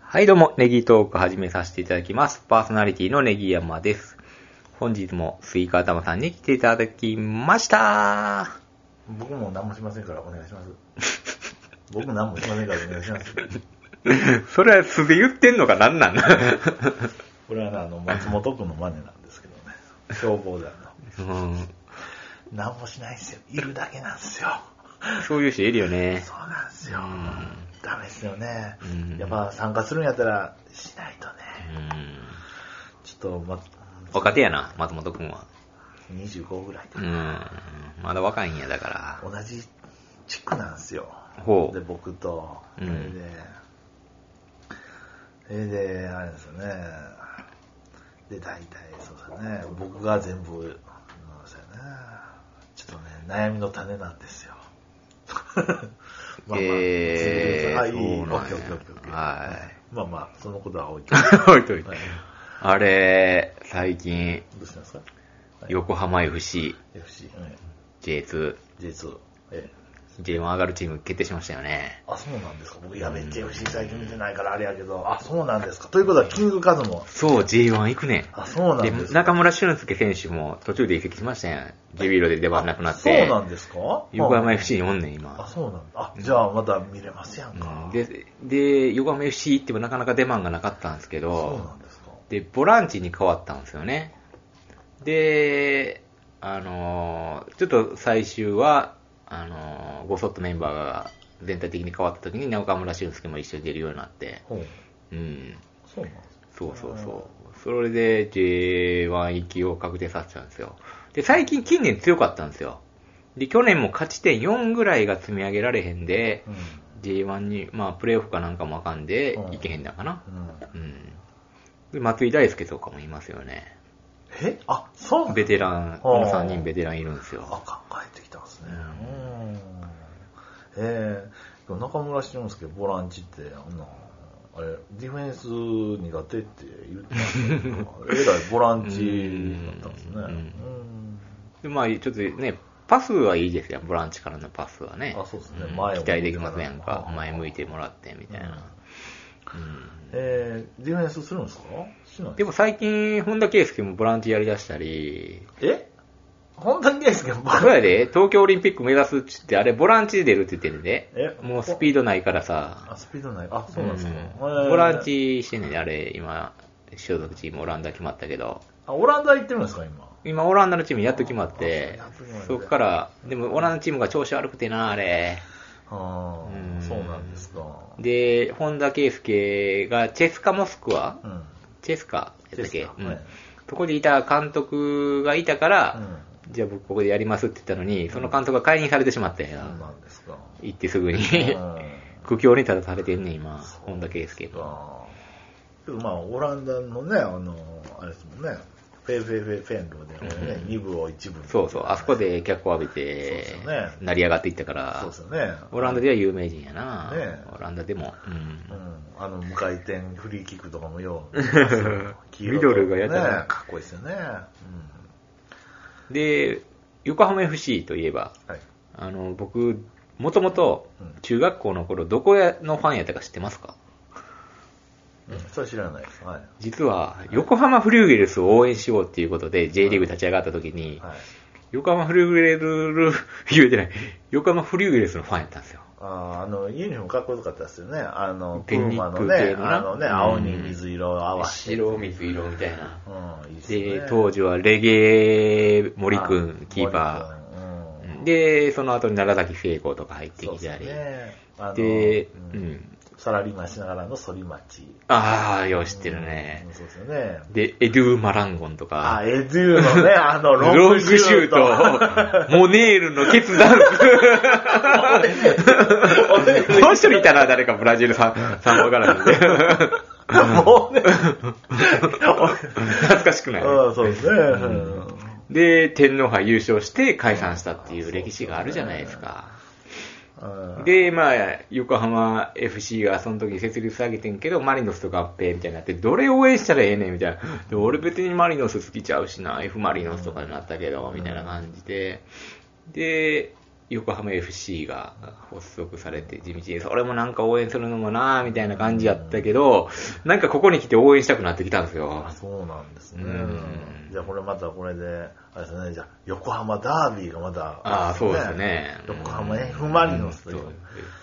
はいどうも、ネギトーク始めさせていただきます。パーソナリティのネギ山です。本日もスイカ頭さんに来ていただきました僕も何もしませんからお願いします。僕も何もしませんからお願いします。 それは素で言ってんのかなんなんこれはね、あの、松本君の真似なんですけどね。消防団の。うん何もしないんですよ。いるだけなんですよ。そういう人いるよね。そうなんですようん。ダメですよねうん。やっぱ参加するんやったら、しないとね。うんちょっと、ま、若手やな、松本くんは。 25ぐらいうかん。まだ若いんや、だか同じ地区なんですよ。ら。ほで、う。 僕と。うんそれで、それで、あれですよね。で、大体、そうですね。僕が全部、うんそうやな。ちょっとね、悩みの種なんですよ。まあまあ、 えーあ、いい、そオうなんやッケーオッケーオッケーオッケー。はいい。まあまあ、そのことは置いて。は 置いといいて。あれ、最近、どうしたんですかはい横浜 FC、 ?FC、うん、 J2、 J2。ええ J1 上がるチーム決定しましたよね。あ、そうなんですか。僕、やべ、JFC 最近見てないからあれやけど、あ、そうなんですか。ということは、キングカズも。そう、J1 行くね。あ、そうなんでです、か。中村俊輔選手も途中で移籍しましたやん。ジュビロで出番なくなっそうて。なんですか横浜あ FC におんねん、あ、今。そうなんだ。あ、じゃあまた見れますやんか。うんで、で、横浜 FC 行ってもなかなか出番がなかったんですけそうどな、んですか。で、ボランチに変わったんですよね。で、あのーちょっと最終は、あのーごそっとメンバーが全体的に変わった時に、中村俊輔も一緒に出るようになって、ほう。うん、そうなんですか。そうそうそう。それで J1 行きを確定させたんですよ。で、最近近年強かったんですよ。で、去年も勝ち点4ぐらいが積み上げられへんで、うん。 J1 に、まあ、プレイオフかなんかもあかんで、うん行けへんだかな。うん、うん。で、松井大輔とかもいますよね。えあ、そうなんベテラン、この3人ベテランいるんですあ、よ。考えてきたんですね。ううんん。えーでも中村俊介、ボランチって、あんな、あれ、ディフェンス苦手って言ってましたけ ど、えらいボランチだったんですね。ううんん。で、まあ、ちょっとね、パスはいいですよ、ボランチからのパスはね。あ、そうですね。うん前を向い期て待できますやんからか。前向いてもらって、みたいな。うんえー、ディフェンスするんですかしないでも最近、本田圭佑もボランティアやりだしたり、え本当にですかそやで、東京オリンピック目指すっつって、あれボランチで出るって言ってんで、えもうスピードないからさ、あ、スピードない。あ、そうなんですか。うんえーボラン。チしてんねんで、あれ、今、所属チームオランダ決まったけど、あ、オランダ行ってるんですか、今。今オランダのチームやっと決まってあやっと決まっ、てそこから、でもオランダチームが調子悪くてな、あれ。あうんあ、そうなんですか。で、本田圭佑がチェスカモスクワうん。チェスカやったっチけェスカうんはいそこでいた監督がいたから、じゃあ僕ここでやりますって言ったのに、その監督が解任されてしまったんそうや。なんですか。行ってすぐに。うん 苦境に立たされてんねん、今。本田圭佑が。あーけどまあ、オランダのね、あの、あれですもんね。フェイフェイフェイフェンローで、ね、2部を1部にそうそう、あそこで脚光浴びそてうですよね、成り上がっていったからそうで、すよね。オランダでは有名人やなね。オランダでも。うんうんあの無回転フリーキックとかもよ う黄色とミドルがやったらねかっこいいですよね、うんで、横浜 FC といえば、はい、あの、僕、もともとうん中学校の頃、どこのファンやったか知ってますかうんそれは知らないですはい、実は、横浜フリューゲルスを応援しようっていうことで、J リーグ立ち上がった時に、はい、横浜フリューゲル ス、言えてない、横浜フリューゲルスのファンやったんですよ。あーあのユニフォームかっこよかったですよねあのペプンーニッマのクね系のなあのねうん青に水色を合わせて、白、水色みたいな。うん、いいですねで、当時はレゲエ、森くんあ、キーパ森君うんー。で、その後に長崎聖光とか入ってそうきでたすり。ねあので、ううんん。サラリーマンしながらの反町ああ、よう知ってるねう。んそうですよねで、エドゥ・マランゴンとあか、エデュー のねあのロロングングシシューュートト、モネールの決 断。この人いたな、誰かブラジルさん、さんわからんけどもう ね。懐かしくない。うん、そうですね。で、天皇杯優勝して解散したっていう歴史があるじゃないですか。うん、で、まあ、横浜 FC がその時設立下げてんけど、マリノスと合併みたいになって、どれ応援したらええねんみたいな。で、俺別にマリノス好きちゃうしな、F マリノスとかになったけど、みたいな感じで。で、横浜 FC が発足されて、地道に、それもなんか応援するのもなぁ、みたいな感じやったけど、なんかここに来て応援したくなってきたんですよあ。そうなんですねうん。じゃあこれまたこれで、あれですね、じゃあ横浜ダービーがまた、ああ、そうですね。横浜 F ・マリノスといううんそう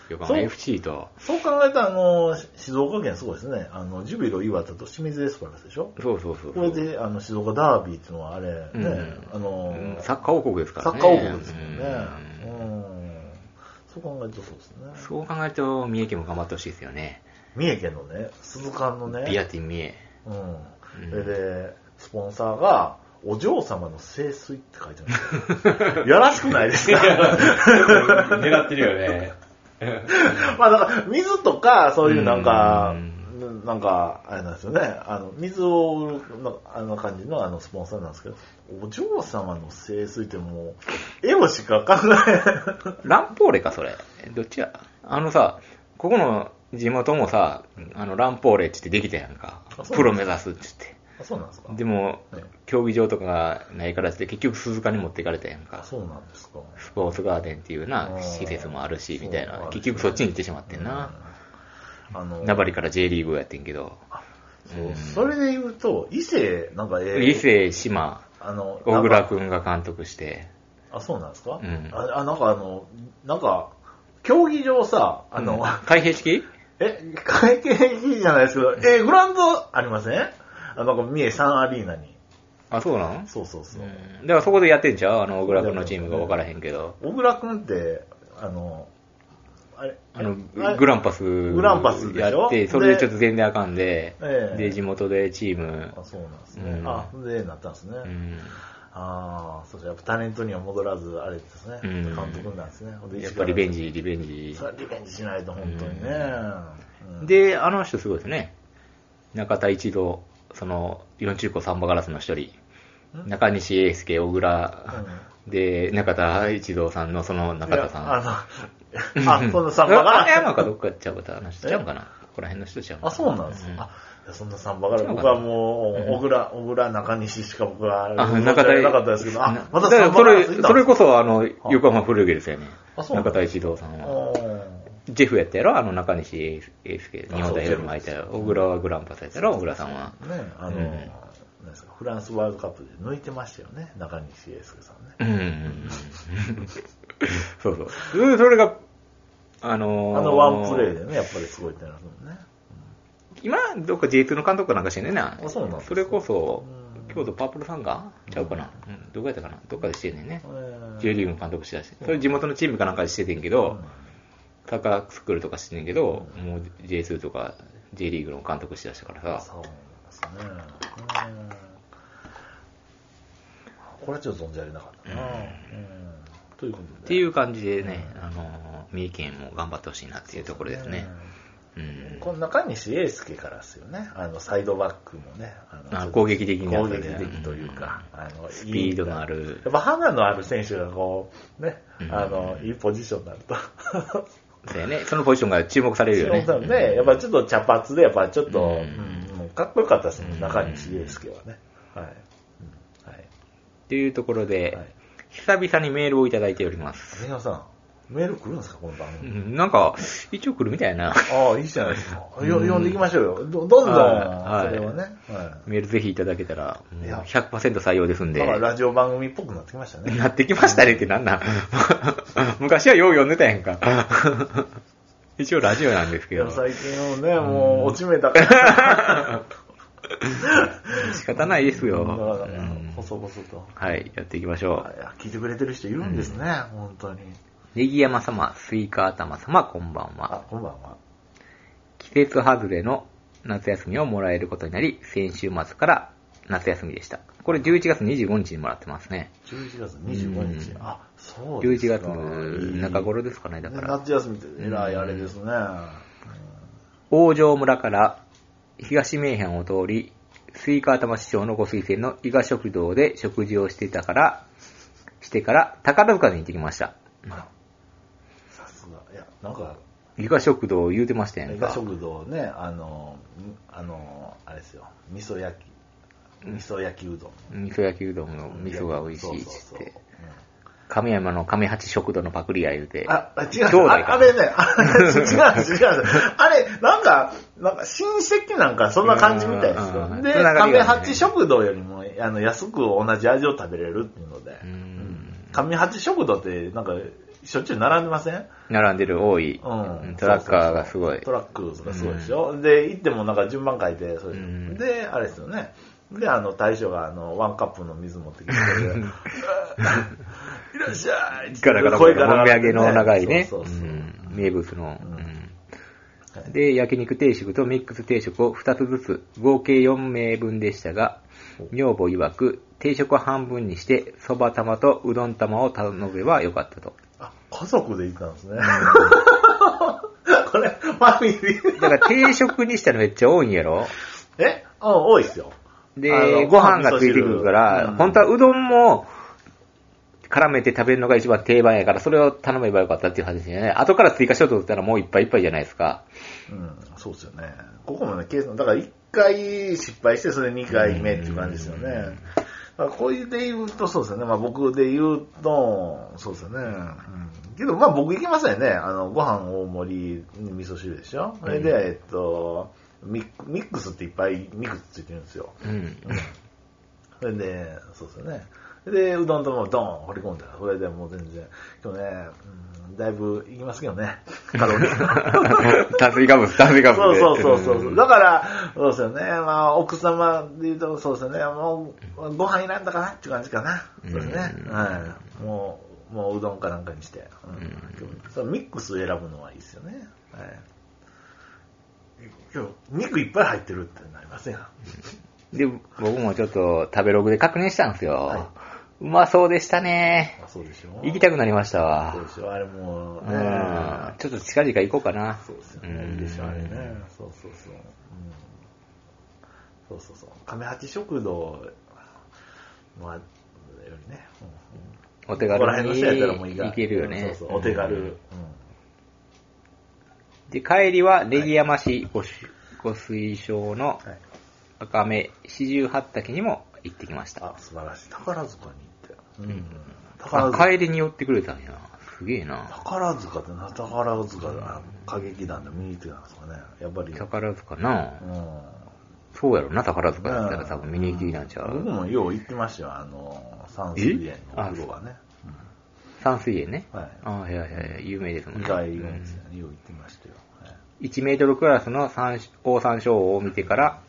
横浜 FC と、そう考えたら、あの、静岡県すごいですね。あの、ジュビロ岩田と清水エスパルスでしょそうそうそうこそれう。で、あの、静岡ダービーっていうのはあれ、ね、うんあの、うんサッカー王国ですからサッね。カー王国ですもんね。ううんん。そう考えるとそうですね。そう考えると、三重県も頑張ってほしいですよね。三重県のね、鈴鹿のね、ビアティ三重。うん。んそれで、スポンサーが、お嬢様の聖水って書いてある。やらしくないですか 狙ってるよね。まあだから、水とか、そういうなんかう、なんか、あれなんですよね。あの、水を売るの、あの感じの、あの、スポンサーなんですけど、お嬢様の聖水ってもう、エロしか考えない。 ランポーレか、それ。どっちやあのさ、ここの地元もさ、あの、ランポーレって言ってできたやんかあそうなんで。すプロ目指すって言って。あそうなんですかでもね、競技場とかがないからって、結局鈴鹿に持っていかれたやんあか。そうなんですか。スポーツガーデンっていうなう、ん施設もあるし、みたいそうなあ。る結局そっちに行ってしまってんな。うん。あの、名張から J リーグやってんけど。そううんそれで言うと、伊勢、なんか、えー伊勢、島、あの、小なん倉かくんが監督して。あ、そうなんですか、うんあ、あなんかあの、なんか、競技場さ、あの、開閉式 え、会見じゃないですけど、えーグラウンドありませんあの、三重サンアリーナに。あ、そうなんそうそうそう。うんだからそこでやってんちゃうあの、小倉君のチームが分からへんけど。小倉くんって、あの、あれ、あの、あれグランパス。グランパスでしょやって、それでちょっと全然あかんでえ、えで、地元でチームあ、、そうなんですね。うんあ、で、なったんですね。うんああ、そうそうやっぱタレントには戻らず、あれですね。うん監督なんですね。ほんでやっぱリベン。一ジ、リベンからジそ。れはリベンジしないと、本当にね。うん、で、あの人すごいですね。中田一郎、その、四中古サンバガラスの一人。ん中西英介、小倉、で、中田一郎さんのその中田さん。いやあの、あ、そのサンバあが赤。山かどっかちゃうかな、ちゃうんかな。ここら辺の人ちゃうあ、そうなんですうか。んあいやそんなサンバから、僕はもう、小倉、小倉、中西しか僕は、あ、存じ中上田げなかったですけど、あな、まただかサらンバそかられ、ついたんですそれこそ。そ、あの、横浜古着ですよね。あそうなの中田一郎さんは。うジェフやったやろあの中西英介。あ日本代表にも入ったやろ小倉はグランパスやったやろ小倉さんは。んね、あの、うんなんですか、フランスワールドカップで抜いてましたよね、中西英介さんね。うんうんうん。そうそう。うんそれが、あのーあのワンプレーでね、やっぱりすごいってなりますもんね。今、どっか J2 の監督かなんかしてんねんな。あそうなんですかそれこそう、ん京都パープルさんがちゃうかな。うん。どこやったかなどっかでしてんねんねえ。ー J リーグの監督してたし。それ地元のチームかなんかでしててんけど、サッカースクールとかしてんねんけど、もう J2 とか J リーグの監督して出したからさ、そうですね。うんこれはちょっと存じ上げなかったな。うんということで。っっていう感じでね、あの、三重県も頑張ってほしいなっていうところですね。うこん。の中西英介からですよね。あの、サイドバックもね。あの攻撃的な攻やつ撃ね的というか、あの、ススピードのあ。るや、っぱ花のある選手がこう、ねう、んあの、いいポジションになると。そうやね、そのポジションが注目されるよね。そうね、やっぱちょっと茶髪で、やっぱちょっと、ううんんもうかっこよかったですね、うん中西英介はね。はい。うんはい。っていうところで、はい久々にメールをいただいております。長谷川さん、メール来るんですか、この番う組。んなんか、一応来るみたいな。ああ、いいじゃないですか。よ読んでいきましょうよ。どどんどん、それはいはいはね。はメールぜひいただけたら、もういや100%採用ですんい。でだか。らラジオ番組っぽくなってきましたね。なってきましたねってなんなん 昔はよう読んでたやんか。 一応ラジオなんですけど。最近はね、もう落ち目だから。仕方ないですよ。だからねうん細々と。はい、やっていきましょう。いや聞いてくれてる人いるんですね、本当に。ネギ山様、スイカ頭様、こんばんは。あ、こんばんは。季節外れの夏休みをもらえることになり、先週末から夏休みでした。これ11月25日にもらってますね。 11月25日。うんあ、そうです11月か。の中頃ですかね、だねから。夏休みってえらいあれですね。王城村から東名阪を通り、スイカ頭市長のご推薦の伊賀食堂で食事をしてたから、してから宝塚に行ってきました。あさすが。いや、なんか、伊賀食堂言うてましたやん映画か。食堂ね、あの、んあの、あれですよ、味噌焼き、味噌焼きうどん。味噌焼きうどんの味噌が美味しいっそうつそっうそうて。う亀山の亀八食堂のパクリや言うて。あ、あ違う、兄弟かああれね、あ違う、違う、違う。あれ、なんか、なんか親戚なんかそんな感じみたいでうすんうんうよ。んで、つながり亀があるね八食堂よりもあの安く同じ味を食べれるっていうのでう、ん。亀八食堂ってなんかしょっちゅう並んでません並んでる多い。うんトラッカーがすごい。トラックがすごいでしょ、で、行ってもなんか順番書いて、それでうんで、あれですよね。で、あの、大将が、あの、ワンカップの水持ってき て、いらっしゃいガラガラ声声ががらもがみら上げの長いね。そうそうそうう。ん名物の。うんはいで、焼肉定食とミックス定食を2つずつ、合計4名分でしたが、女房曰く、定食を半分にして、そば玉とうどん玉を頼めばよかったと。あ、家族で行ったんですね。 これ、ファミリー。だから定食にしたらめっちゃ多いんやろえうん、多いっすよ。あで、のご飯がついてくるかうらん、本当はうどんも絡めて食べるのが一番定番やから、それを頼めばよかったっていう話じゃない。後から追加しようと思ったらもういっぱいいっぱいじゃないですか。うん、そうっすよね。ここもね、ケースの、だから1回失敗して、それ2回目っていう感じですよね。だからこういうで言うと、そうですよね。まあ僕で言うと、そうですよね。うん、けど、まあ僕行きますよね。あの、ご飯大盛りに味噌汁でしょ。それで、えっと、ミックミックスっていっぱいミックスついてるんですよ。うん。それで、そうですよね。それで、うどんともドーン掘り込んだら、それでもう全然、今日ね、うん、だいぶいきますけどね、カロリー。炭水化物、炭水化そ物うで。そうそうそう。んだから、そうですよね。まあ、奥様で言うと、そうですよね。もう、ご飯いらんだかなっていう感じかな。うんそうですね。はい。もう、もううどんかなんかにして。うんそうミックス選ぶのはいいですよね。はい。今日、肉いっぱい入ってるってなりませんで、僕もちょっと食べログで確認したんですよ。はいうまそうでしたね。そうでしょ行きたくなりましたわそう。でしょあれもううね。ん。ちょっと近々行こうかな。そうですよね。いいでしょ、あれね。そうそうそう。うん、そうそうそう。亀八食堂まあ、よりね。お手うん、ここら軽辺のに人やったらもういいが行けるよね。そうそう、お手軽。ううんん。で、帰りは、ネギ山市ご,、ご推奨のはい。赤目四十八滝にも行ってきました。あ、素晴らしい。宝塚に行って。うん。宝あ塚。帰りに寄ってくれたんやな。すげえな。宝塚ってな、宝塚だ。歌劇団で見に行ってたんですかね。やっぱり。宝塚なう。ん。そうやろな、宝塚だったら多分見に行きなんちゃ僕う。もよう行ってましたよ、あの、山水園のお風呂はね。山水園ね。はいああ、いやいやいや、有名ですもん意ね。外によう言ってましたよ。はい1メートルクラスの山高山椒を見てから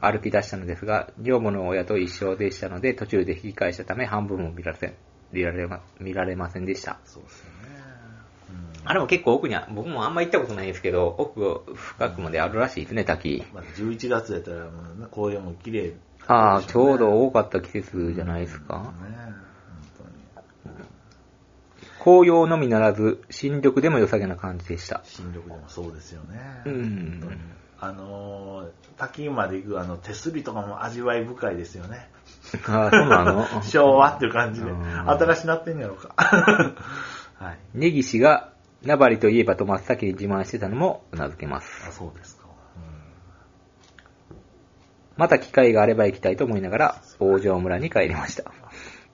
歩き出したのですが、女房の親と一緒でしたので、途中で引き返したため半分も見られせん見られま見られませんでした。そうですよね。あれも結構奥にあ、僕もあんま行ったことないんですけど、奥深くまであるらしいですね、滝。まあ、11月やったらもうね、紅葉も綺麗、ね。ああ、ちょうど多かった季節じゃないですか。本当に。紅葉のみならず、新緑でも良さげな感じでした。新緑でもそうですよね。うん本当にあのー滝まで行くあの手すりとかも味わい深いですよね。ああ、そうな の昭和っていう感じで。うん新しなってんやろうか。 はい。ネギ氏が、ナバリといえばと真っ先に自慢してたのも頷けます。あ、そうですか。うんまた機会があれば行きたいと思いながら、王城村に帰りました。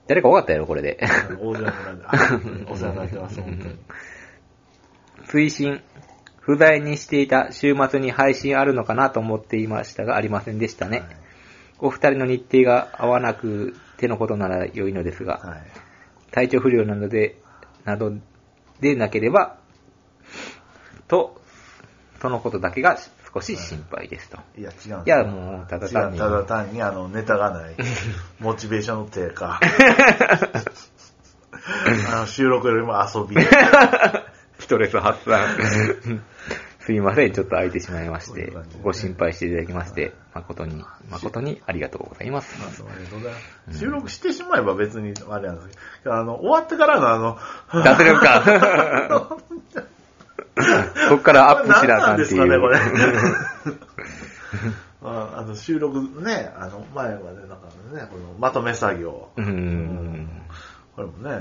誰か分かったやろ、これで。 大勢村で、あ お世話になってます、本当に。推進。不在にしていた週末に配信あるのかなと思っていましたが、ありませんでしたね。はいお二人の日程が合わなくてのことなら良いのですが、はい。体調不良などで、などでなければ、と、そのことだけが少し心配ですと。いや、違ういんや、もう、ただ違う単に。ただ単にあのネタが ない。モチベーションの低下。あの収録よりも遊び。ストレス発散。 すいません、ちょっと空いてしまいましそういてう感じで、ねご心配していただきまして、誠に、誠にありがとうございます。あそうありがとうございます収録してしまえば別にあれなんですけど、あの終わってからのあの、脱力か。 こっから アップしなあかんってい何なんでう。すかね、 これ。ああの収録ね、あの前までなんかね、このまとめ作業。 うーん。これもね、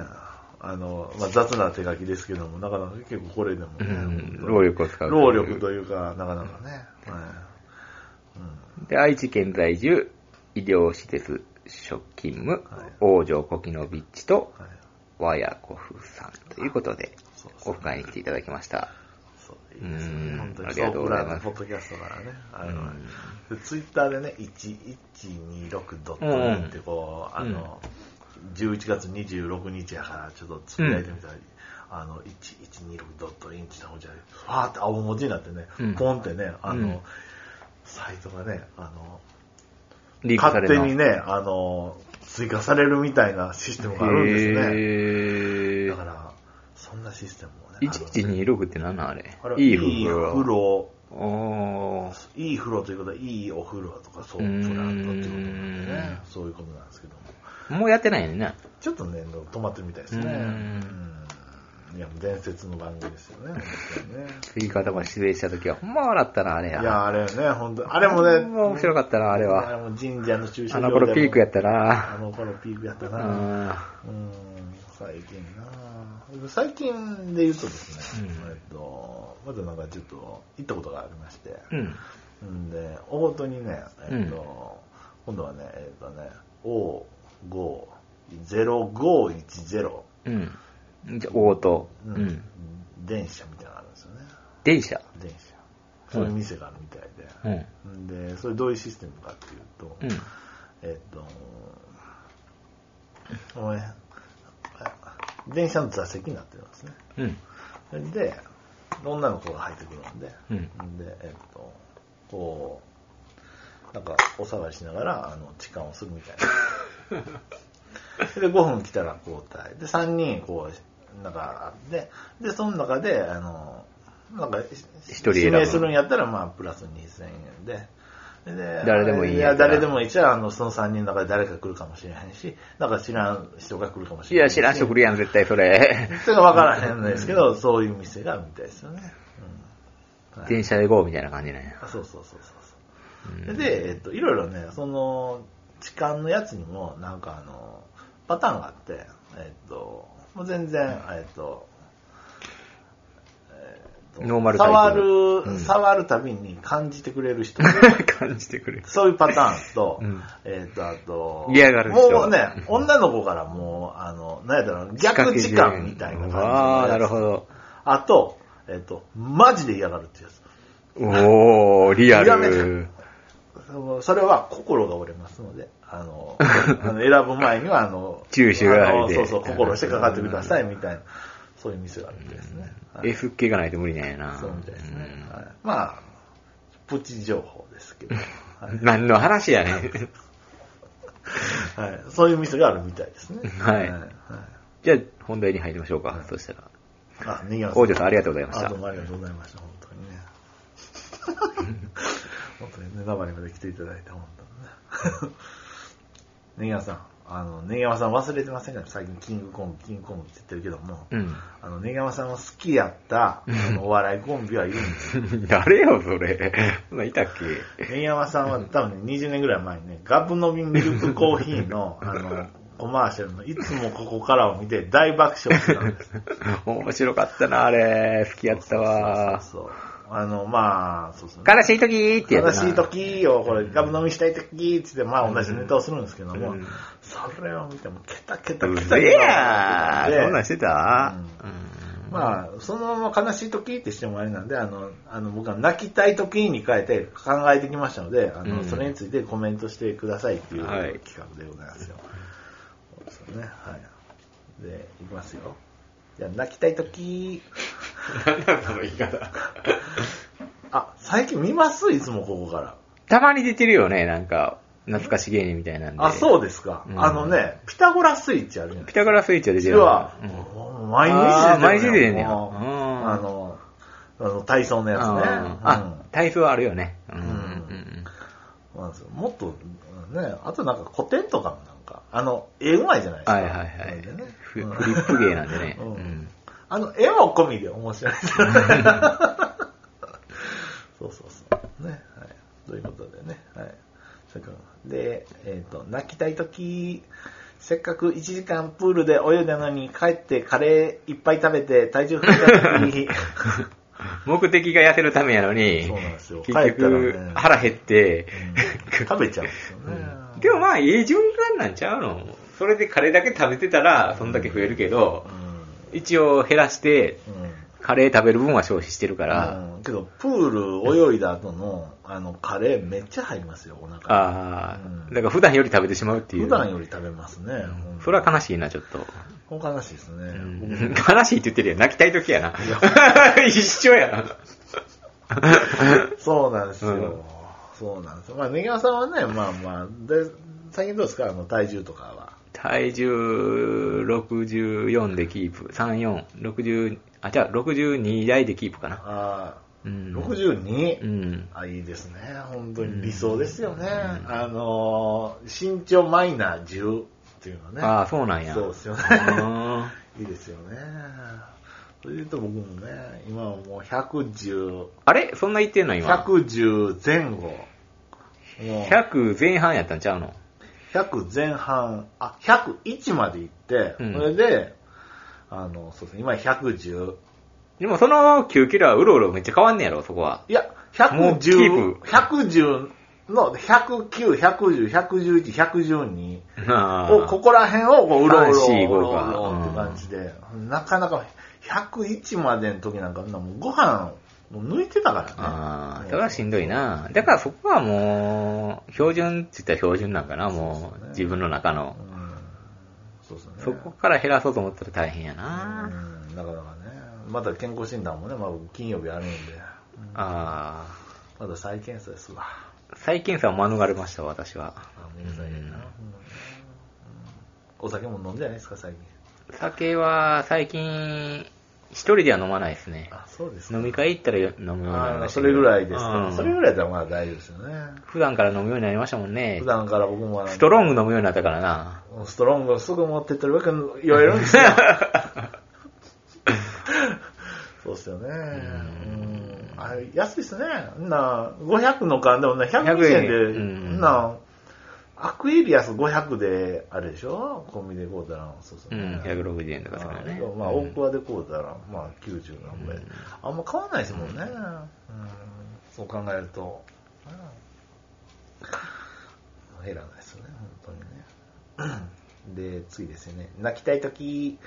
あの、まあ、雑な手書きですけども、なかなか結構これでもうね、ん労力を使う。労力というか、なかなかね。はで、愛知県在住、医療施設、職勤務はい、王城コキノビッチとい。はい和也コフさんということで、そうですねオフ会に来ていただきました。そう、いいですね。うん本当に、ありがとうございますソープラーのポッドキャストからね、あの、ツイッターでね、うん1126.2ってこう、あの、11月26日やから、ちょっとつぶやいてみたら、あの、1126.インチの方じゃ、ふわーって青文字になってね、うんポンってね、あの、うんサイトがね、あの、リークさ勝れ手たにね、あの、追加されるみたいなシステムがあるんですへね。だかー。ら、そんなシステムをね。 1126って何なんあれあのあれいいいい風風呂。呂。おー。いい風呂ということはいいお風呂とかそううーんプラントってことなんでねそういうことなんですけどももうやってないねんな。ちょっとね止まってるみたいですねうーんうんいやもう伝説の番組ですよね本当にね言い方が失礼した時は、ほんま笑ったな、あれいや。やあれね本当あれもねほんま面白かったな、あれは。もう神社の駐車あ場のでも頃ピークやったな。あの頃ピークやったう。なんうん最近な最近で言うとですね、うんえっとまずなんかちょっと行ったことがありまして、うん。んで、大ごとにね、えっと、今度はね、えっとね、O50510、うん。じゃあ、オート。ううん。電車みたいなのあるんですよね。電車。電車。そういう店があるみたいで。うん。んで、それどういうシステムかっていうと、うん。えっと、お前、電車の座席になってるんですね。うん。で、女の子が入ってくるんで、うんで、えっと、こう、なんかお下がりしながら、あの、痴漢をするみたい な。で、5分来たら交代。で、3人、こう、なんかあって、で、その中で、あの、なんか、一人指選ぶ名するんやったら、まあ、プラス2000円で。で誰でもいいんいやや、ったら誰でもいいし、あの、その3人の中で誰か来るかもしれへんし、なんか知らん人が来るかもしいれへんや、し。知らん人来るやん、絶対それ。それが分からへんのですけど、そういう店があるみたいですよね。うんはい 電車で GO みたいな感じなんや。あそうそうそうそうそう。で、えっと、いろいろね、その、痴漢のやつにも、なんかあの、パターンがあって、えっと、もう全然、えっと、えっとノーマルタイプ触る、うん触るたびに感じてくれ る人。感じてくれる。そういうパターンと、うんえっ、と、あと、嫌がる人もうね、女の子からもう、あの、なんやったら、逆時間みたいな感じのやつああ、なるほ ど。あと、えっ、と、マジで嫌がるってやつ。おー、リアやめル。そのそれは心が折れますので、あ の、あの選ぶ前には、あの、注意してくださいあのそうそう、うん心してかかってくださいみたいな、そういう店があるみたいですね。はい F 系がないと無理なんやな。 そうみたいですね。うんはい、まあ、プチ情報です けど、はい何の話やねん。 はい、そういう店があるみたいですね。はいはいじゃあ、本題に入りましょうか。そしたら。あ、ネギ王女さんありがとうございましたあどうもありがとうございました、本当にね。 本当にね、生にまで来ていただいて、本当にね。ネギワさん、あの、ネギワさん忘れてませんか最近キングコンビ、キングコンビって言ってるけども、うん。 あの、ネギワさんは好きやった、あの、お笑いコンビはいる んです。誰よ、それ。そんなんいたっけ ネギワさんは多分ね、20年ぐらい前にね、ガブ飲みミルクコーヒー の、あの、コマーシャルの、いつもここからを見て大爆笑してたんです。面白かったな、あれ。好き やったわ。そうそうそうそう。あの、まあ、そうそう、悲しい時ってやつ悲な。しい時を、これ、ガブ飲みしたい時ってって、まあ同じネタをするんですけども、うんそれを見ても、ケタケタうケタぜえケやタ。そんなんでしてたうう んまあ、そのまま悲しい時ってしてもあれなんで、あの、あの僕は泣きたい時に変えて考えてきましたので、あの、うんそれについてコメントしてくださいっていうはい企画でございますよ。そうですよね。はい。で、いきますよ。じゃあ泣きたい時なんだその言い方。あ、最近見ますいつもここから。たまに出てるよね、なんか、懐かし芸人みたいなんで。あ、そうですか。うんあのね、ピタゴラスイッチあるじゃないピタゴラスイッチは出て実るよは、うんもう毎日出てるあー毎日出てんねやもううんあの、あの体操のやつね。あうん、体操あるよね。うんうんそうなんですよもっと、ね、あとなんか古典とかもなんか、あの、絵うまいじゃないですか。はいはいはなんいでね。フうんフリップ芸なんでね。ううんんあの、絵も込みで面白いですよね。そうそうそう。ね、はい。ということでね、はい。それからで、えっ、と、泣きたいとき、せっかく1時間プールで泳いだのに、帰ってカレーいっぱい食べて体重増えた とき、目的が痩せるためやのにそうなんですよ、結帰ったらね局腹減って、食べちゃうんですよね。 でもまあ、ええ循環なんちゃうのそれでカレーだけ食べてたら、そんだけ増えるけど、一応減らして、うカレー食べる分は消費してるから、ん。うん。けど、プール泳いだ後の、あの、カレーめっちゃ入りますよ、お腹に。ああ、うんだから普段より食べてしまうっていう。普段より食べますね。うんそれは悲しいな、ちょっと。これ悲しいですね。うん悲しいって言ってるやん。泣きたい時やな。 一緒やな。そうなんですよ。うんそうなんですよ。まあ、ネギワさんはね、まあまあ、で最近どうですかあの、体重とかは。体重64でキープ。3、4、60、あ、じゃあ62台でキープかな。あうあ、ん。 62? うん。あ、いいですね。本当に理想ですよね。あのー、身長マイナー10っていうのね。ああ、そうなんや。そうですよねあーいいですよね。それで言うと僕もね、今はもう110、あれそんな言ってんの今。 110前後。もう100前半やったんちゃうの100前半、あ、101まで行って、うんそれで、あの、そうですね、今110。でもその9キロはうろうろめっちゃ変わんねやろ、そこは。いや、もうキー110、プ110の109、110、111、112。あをここら辺をこううろうろ、 3 4うろう5かろって感じで、なかなか101までの時なんかもうご飯もう抜いてたからね。あもあ、うそれはしんどいな。だからそこはもう、標準って言ったら標準なんかな、もう、自分の中のう。んそうですね。そこから減らそうと思ったら大変やうな。ん、なかなかね。また健康診断もね、まあ、金曜日あるんで、ああ、まだ再検査ですわ。再検査を免れましたわ、私は。あの皆さんやな、うんうんお酒も飲んでないですか、最近。酒は最近、一人では飲まないですね。あ、そうですか。飲み会行ったら飲むようになりあまーしたけそど。れぐらいですうか。んそれぐらいだったらまだ大丈夫ですよね。普段から飲むようになりましたもんね普。段から僕もあのストロング飲むようになったからな。ストロングをすぐ持ってってるわけ言われるんですよ。そうっすよね。うんあれ安いっすね。んな、500の缶でもね、120円で、 100円うんんな、アクエリアス500で、あれでしょコンビニで買うたら、そうっすうよん、ね。 160円とかするあよね。まあ、う大ん桑で買うたら、まあ、90何倍、うんあんま買わないですもんね。うん、そう考えると、うん、減らないですよね、本当にね。で、次ですよね。泣きたいとき、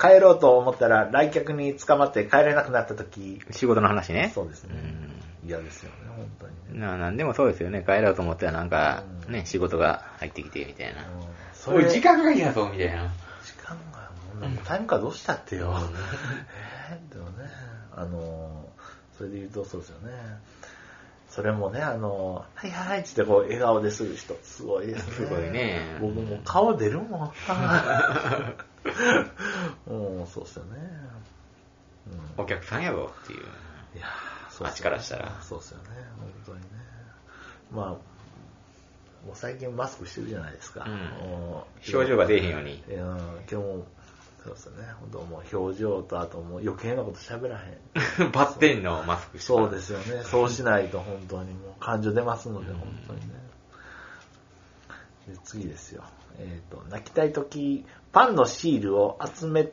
帰ろうと思ったら、来客に捕まって帰れなくなったとき、仕事の話ね。そうですねん嫌ですよね、本当にね。ななんでもそうですよね。帰ろうと思ったらなんか、うんね、仕事が入ってきて、みたいな。うんそおれい、時間がいいなぞ、みたいな。時間がもうなんかタイムカード落ちたって よ。えー、でもね、あのー、それで言うとそうですよね。それもね、あのー、はいはいってこう笑顔でする人、すごいですすね。ごいね僕もう顔出るもん。もうそうですよね。うんお客さんやろっていう。いやーあっちからしたらそうですよね、本当にね。まあ、もう最近マスクしてるじゃないですか。うんもう表情が出えへんように。いやー今日も、そうですね、本当もう表情と、あともう余計なこと喋らへん。バッテンのマスクして。そうですすよね、そうしないと本当にもう感情出ますので、本当にね。で次ですよ、えっ、と、泣きたいとき、パンのシールを集め、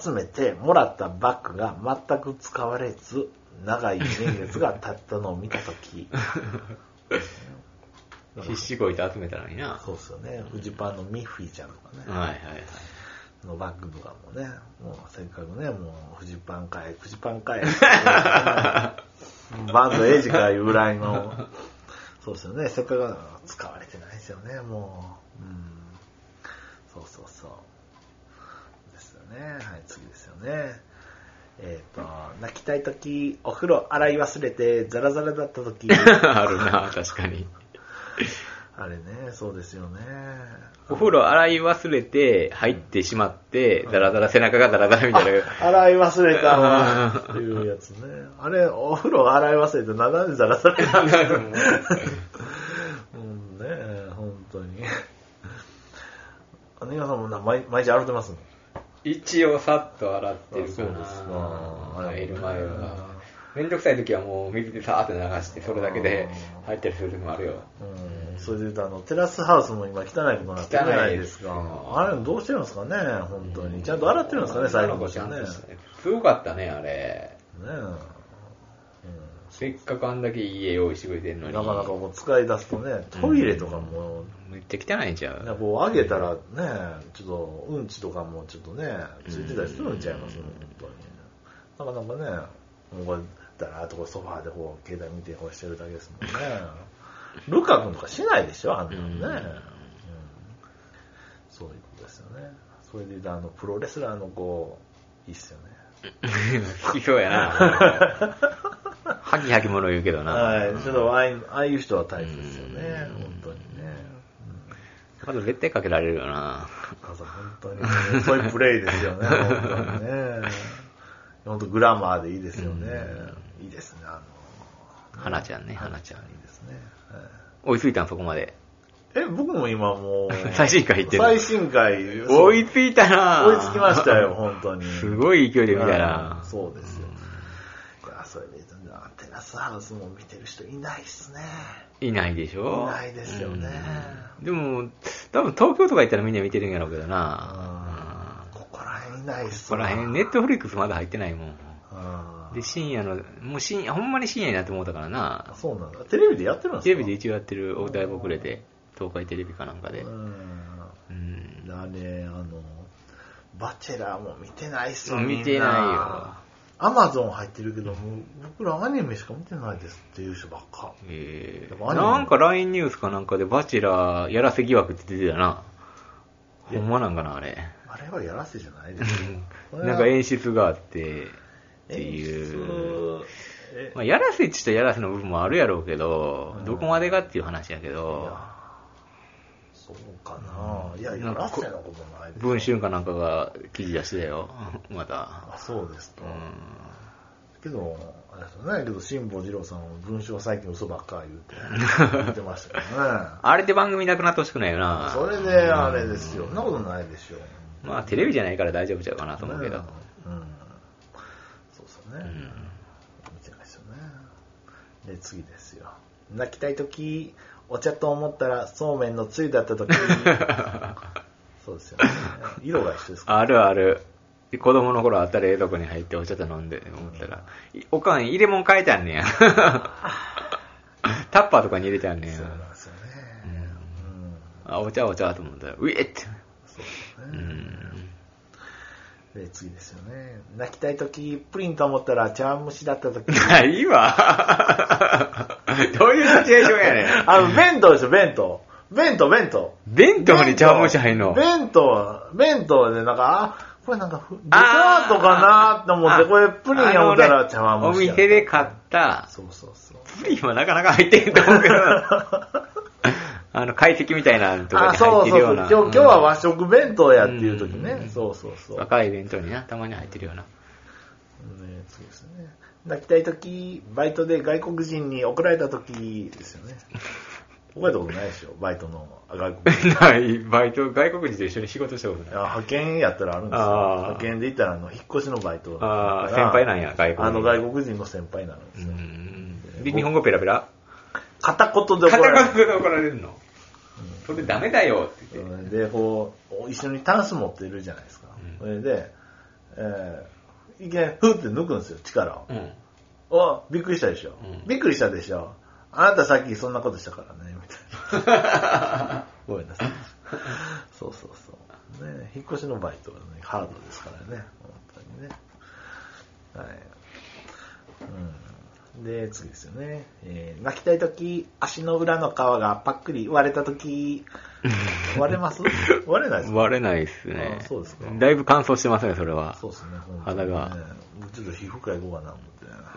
集めてもらったバッグが全く使われず、長い年月が経ったのを見たと き、必死こいて集めたのにな。そうですよね、フジパンのミッフィーちゃんとかね。はいはいのバッグとかもね、もうせっかくね、もう、フジパンかえ、フジパンかえ、バンドエイジかいうぐらいの、そうですよね、せっかくなのに使われてないですよね、もう。うん、そうそうそう。ですよね、はい、次ですよね。えっ、と、泣きたいとき、お風呂洗い忘れて、ザラザラだったとき、はい。あるな、確かに。あれね、そうですよね。お風呂洗い忘れて、入ってしまって、ザラザラ、背中がザラザラみたい な。あ洗い忘れたわっていうやつね。あれ、お風呂洗い忘れて、なんでザラザラになるのうんね、本当に。姉さんもな毎毎日洗ってますね。一応さっと洗ってるかあそうですな。か入る前は。めんどくさい時はもう水でさーって流して、それだけで入ったりする時もあるよ。うん、それで言うと、あの、テラスハウスも今汚いことになってるじゃないですか。汚いですよあれ、どうしてるんですかね、本当に。ちゃんと洗ってるんですかね、最後のちゃんね。とねしたねすごかったね、あれ。え。うん、せっかくあんだけいい家用意してくれてんのに。なかなかもう使い出すとね、トイレとかも、めっちゃ汚いんちゃなん かうこう上げたらね、ちょっとうんちとかもちょっとね、ついてたりするんちゃいます、うん本当に。なかなかね、もうだらーっとこうソファーでこう携帯見てこうしてるだけですもんね。 ルカ君とかしないでしょ、あんなのね。うんうんそういうことですよね。それで言うとあのプロレスラーの子、いいっすよね。不評や な。はきはきもの言うけどな。はい、ちょっとああいうああいう人はタイプですよね、うん本当にね。まだ絶対かけられるよな。母さん、本当に、ね、そういうプレイですよね、本当にね。本当、グラマーでいいですよね。いいですね、あの。花ちゃんね花花ちゃんいいですね。はい追いついたん、そこまで。え、僕も今もう 。最新回行ってる最新回。追いそうついたな追いつきましたよ、。本当に。すごい勢いで見たう。なんそうですよ。いや、それで言うとね、アンテナスハウスも見てる人いないっすね。いないでしょいないですよねうんでも、多分東京とか行ったらみんな見てるんやろうけどな。ここら辺いないっすそこら辺、ネットフリックスまだ入ってないもん。うんで、深夜の、もう深夜、ほんまに深夜になって思ったからあな。そうなんだ。テレビでやってるんですかテレビで一応やってる、おだいぶ遅れて、東海テレビかなんかで。ううん。ん。あれ、あの、バチェラーも見てないっすよ見てないよ。。アマゾン入ってるけど、もう僕らアニメしか見てないですっていう人ばっか。えでーもアニメなんか LINE ニュースかなんかで、バチェラーやらせ疑惑って出てたな。ほんまなんかな、あれ。。あれはやらせじゃないですよなんか演出があって、っていう。う。え、まあ、やらせっちったらやらせの部分もあるやろうけど、うんどこまでがっていう話やけいど、やそうかな。いや、やらせのことないですよ。文春かなんかが記事出してたよ、 また。あ、そうですとう。んけど、あれですよね。けど、辛坊二郎さんは文章は最近嘘ばっか言う て、言ってましたけどね。あれって番組なくなってほしくないよな。それで、あれですよ。そんなことないでしょう。まあ、テレビじゃないから大丈夫ちゃうかなと思うけど。ねうん。そうそうね。見てないですよね。で、次ですよ。泣きたいとき、お茶と思ったら、そうめんのつゆだったとき。そうですよね。色が一緒ですかあるある。で子供の頃あったら冷蔵庫に入ってお茶と飲んで思ったら、いおかん入れ物変えたん ねや。タッパーとかに入れたんねそうなんや。ですよね。うん。あ、お茶お茶と思ったら、うえって。そううですね。ん。で、次ですよね。泣きたいとき、プリンと思ったら、茶碗蒸しだったとき。 ないわ。どういうシチュエーションやねん。あの、弁当ですよ、弁当。弁当、弁当。弁当に茶碗蒸し入んの。弁当、弁当で、なんか、あ、これなんかふ、デザあートかなと思って、あこれプリンや思ったら茶碗あの蒸しねやお店で買った、そうそうそう。プリンはなかなか入ってへんと思うけ ど。あの、解析みたいなのとかあ、にそ入っうてそうるそようう今な。日。今日はうん和食弁当やっていう時ね。うんそうそうそう。ね、若い弁当にな、たまに入ってるような。そうですね。泣きたい時、バイトで外国人に怒られた時です よね。覚えたことないでしょ、バイトのあ外国人。ない、バイト、外国人と一緒に仕事したことない。あ派遣やったらあるんですよ。あー派遣で行ったら、あの、引っ越しのバイトだったから。ああ、先輩なんや、外国人。あの外国人の先輩なんですよ。うん。で、日本語ペラペラ片言で片怒られる。言で怒られるの。それダメだよって言って。うんで、こう、一緒にタンス持ってるじゃないですか。それで、えーいきなり、ふーって抜くんですよ、力をう。ん。おびっくりしたでしょ、うんびっくりしたでしょあなたさっきそんなことしたからね、みた いな。ごめんなさい。そうそうそう。ね、引っ越しのバイトはね、ハードですからね、本当にね。はい。うん。で、次ですよね。えー泣きたいとき、足の裏の皮がパックリ割れたとき、割れます 割れないですか割れないですね。あそうですかだいぶ乾燥してますね、それは。そうですね、本当にね肌が。もうちょっと皮膚科行こうかな、思って。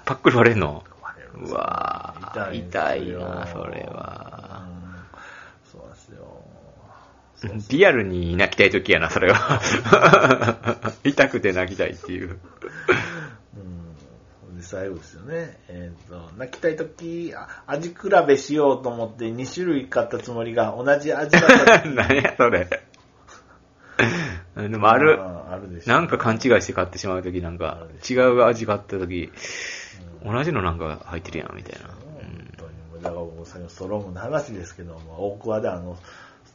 パックリ割れんの割れるんですうよわぁ、んですよ痛いな、それは。うんそうなんですよ。そうそうリアルに泣きたい時やな、それ は。痛くて泣きたいって いう。うんで最後ですよね。えっ、と、泣きたいとき、あ味比べしようと思って2種類買ったつもりが同じ味だった。何や、それ。でもある。ああるでしょ。なんか勘違いして買ってしまうときなんか、違う味買ったとき、同じのなんか入ってるやん、みたいな。本当にもうだからもう最後ストロングの話ですけども大桑であの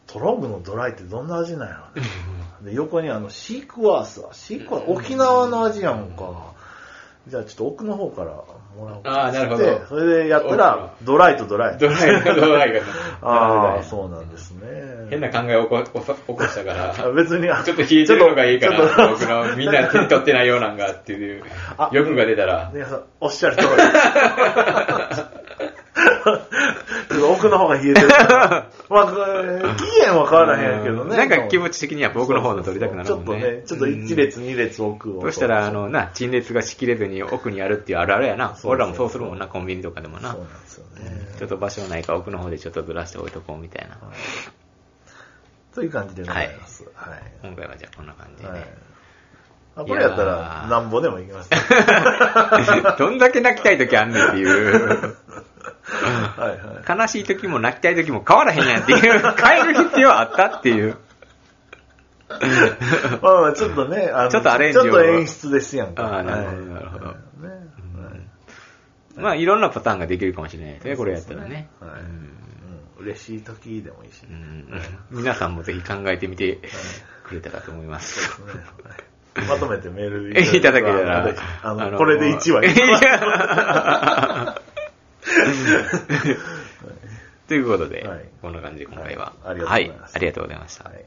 ストロングのドライってどんな味なんやろねで横にあのシークワーサーシークワー沖縄の味やんかじゃあちょっと奥の方からもらおうかああ、なるほど。それでやったら、ドライとドライ。ドライがドライが。ああ、なるほそうなんですねど。変な考えを起こ起こさ起こしたから、ちあょ別に、っと冷えてるのがいいかちょっとな、僕らみんな手に取ってないようなんがっていうあ、欲が出たら、皆さん、おっしゃる通り。ちょっと奥の方が冷えてる。まあ、これ期限は変わらへんやけどね。なんか気持ち的には僕の方の取りたくなるもんそうそうそうね。ちょっとね、ちょっと1列、2列奥を。そしたら、あの、な、陳列がしきれずに奥にあるっていうあるあるやな。そうそう俺らもそうするもんな、コンビニとかでもなそう。なんですよね。ちょっと場所ないから奥の方でちょっとずらして置いとこうみたいな。はいという感じでございます。はい。今回はじゃあこんな感じではいね。あこれやったいやら、ーなんぼでもいきます ね。どんだけ泣きたい時あんねんっていう。はいはい。悲しい時も泣きたい時も変わらへんやんっていう。変える必要あったっていう。まあまあ、ちょっとね、あのちょっとアレンジちをょっと演出ですやんか。ああなるほどはいなるほどはいねはいまあいろんなパターンができるかもしれないですね、これやったらね。そうですねはいうんうん嬉しい時でもいいし。 うねん皆さんもぜひ考えてみてくれたらと思います。はいまとめてメールえ いただけたら、あの、これで1話。 ということで、はい こんな感じで今回は、はいありがとうございますはありがとうございました。はい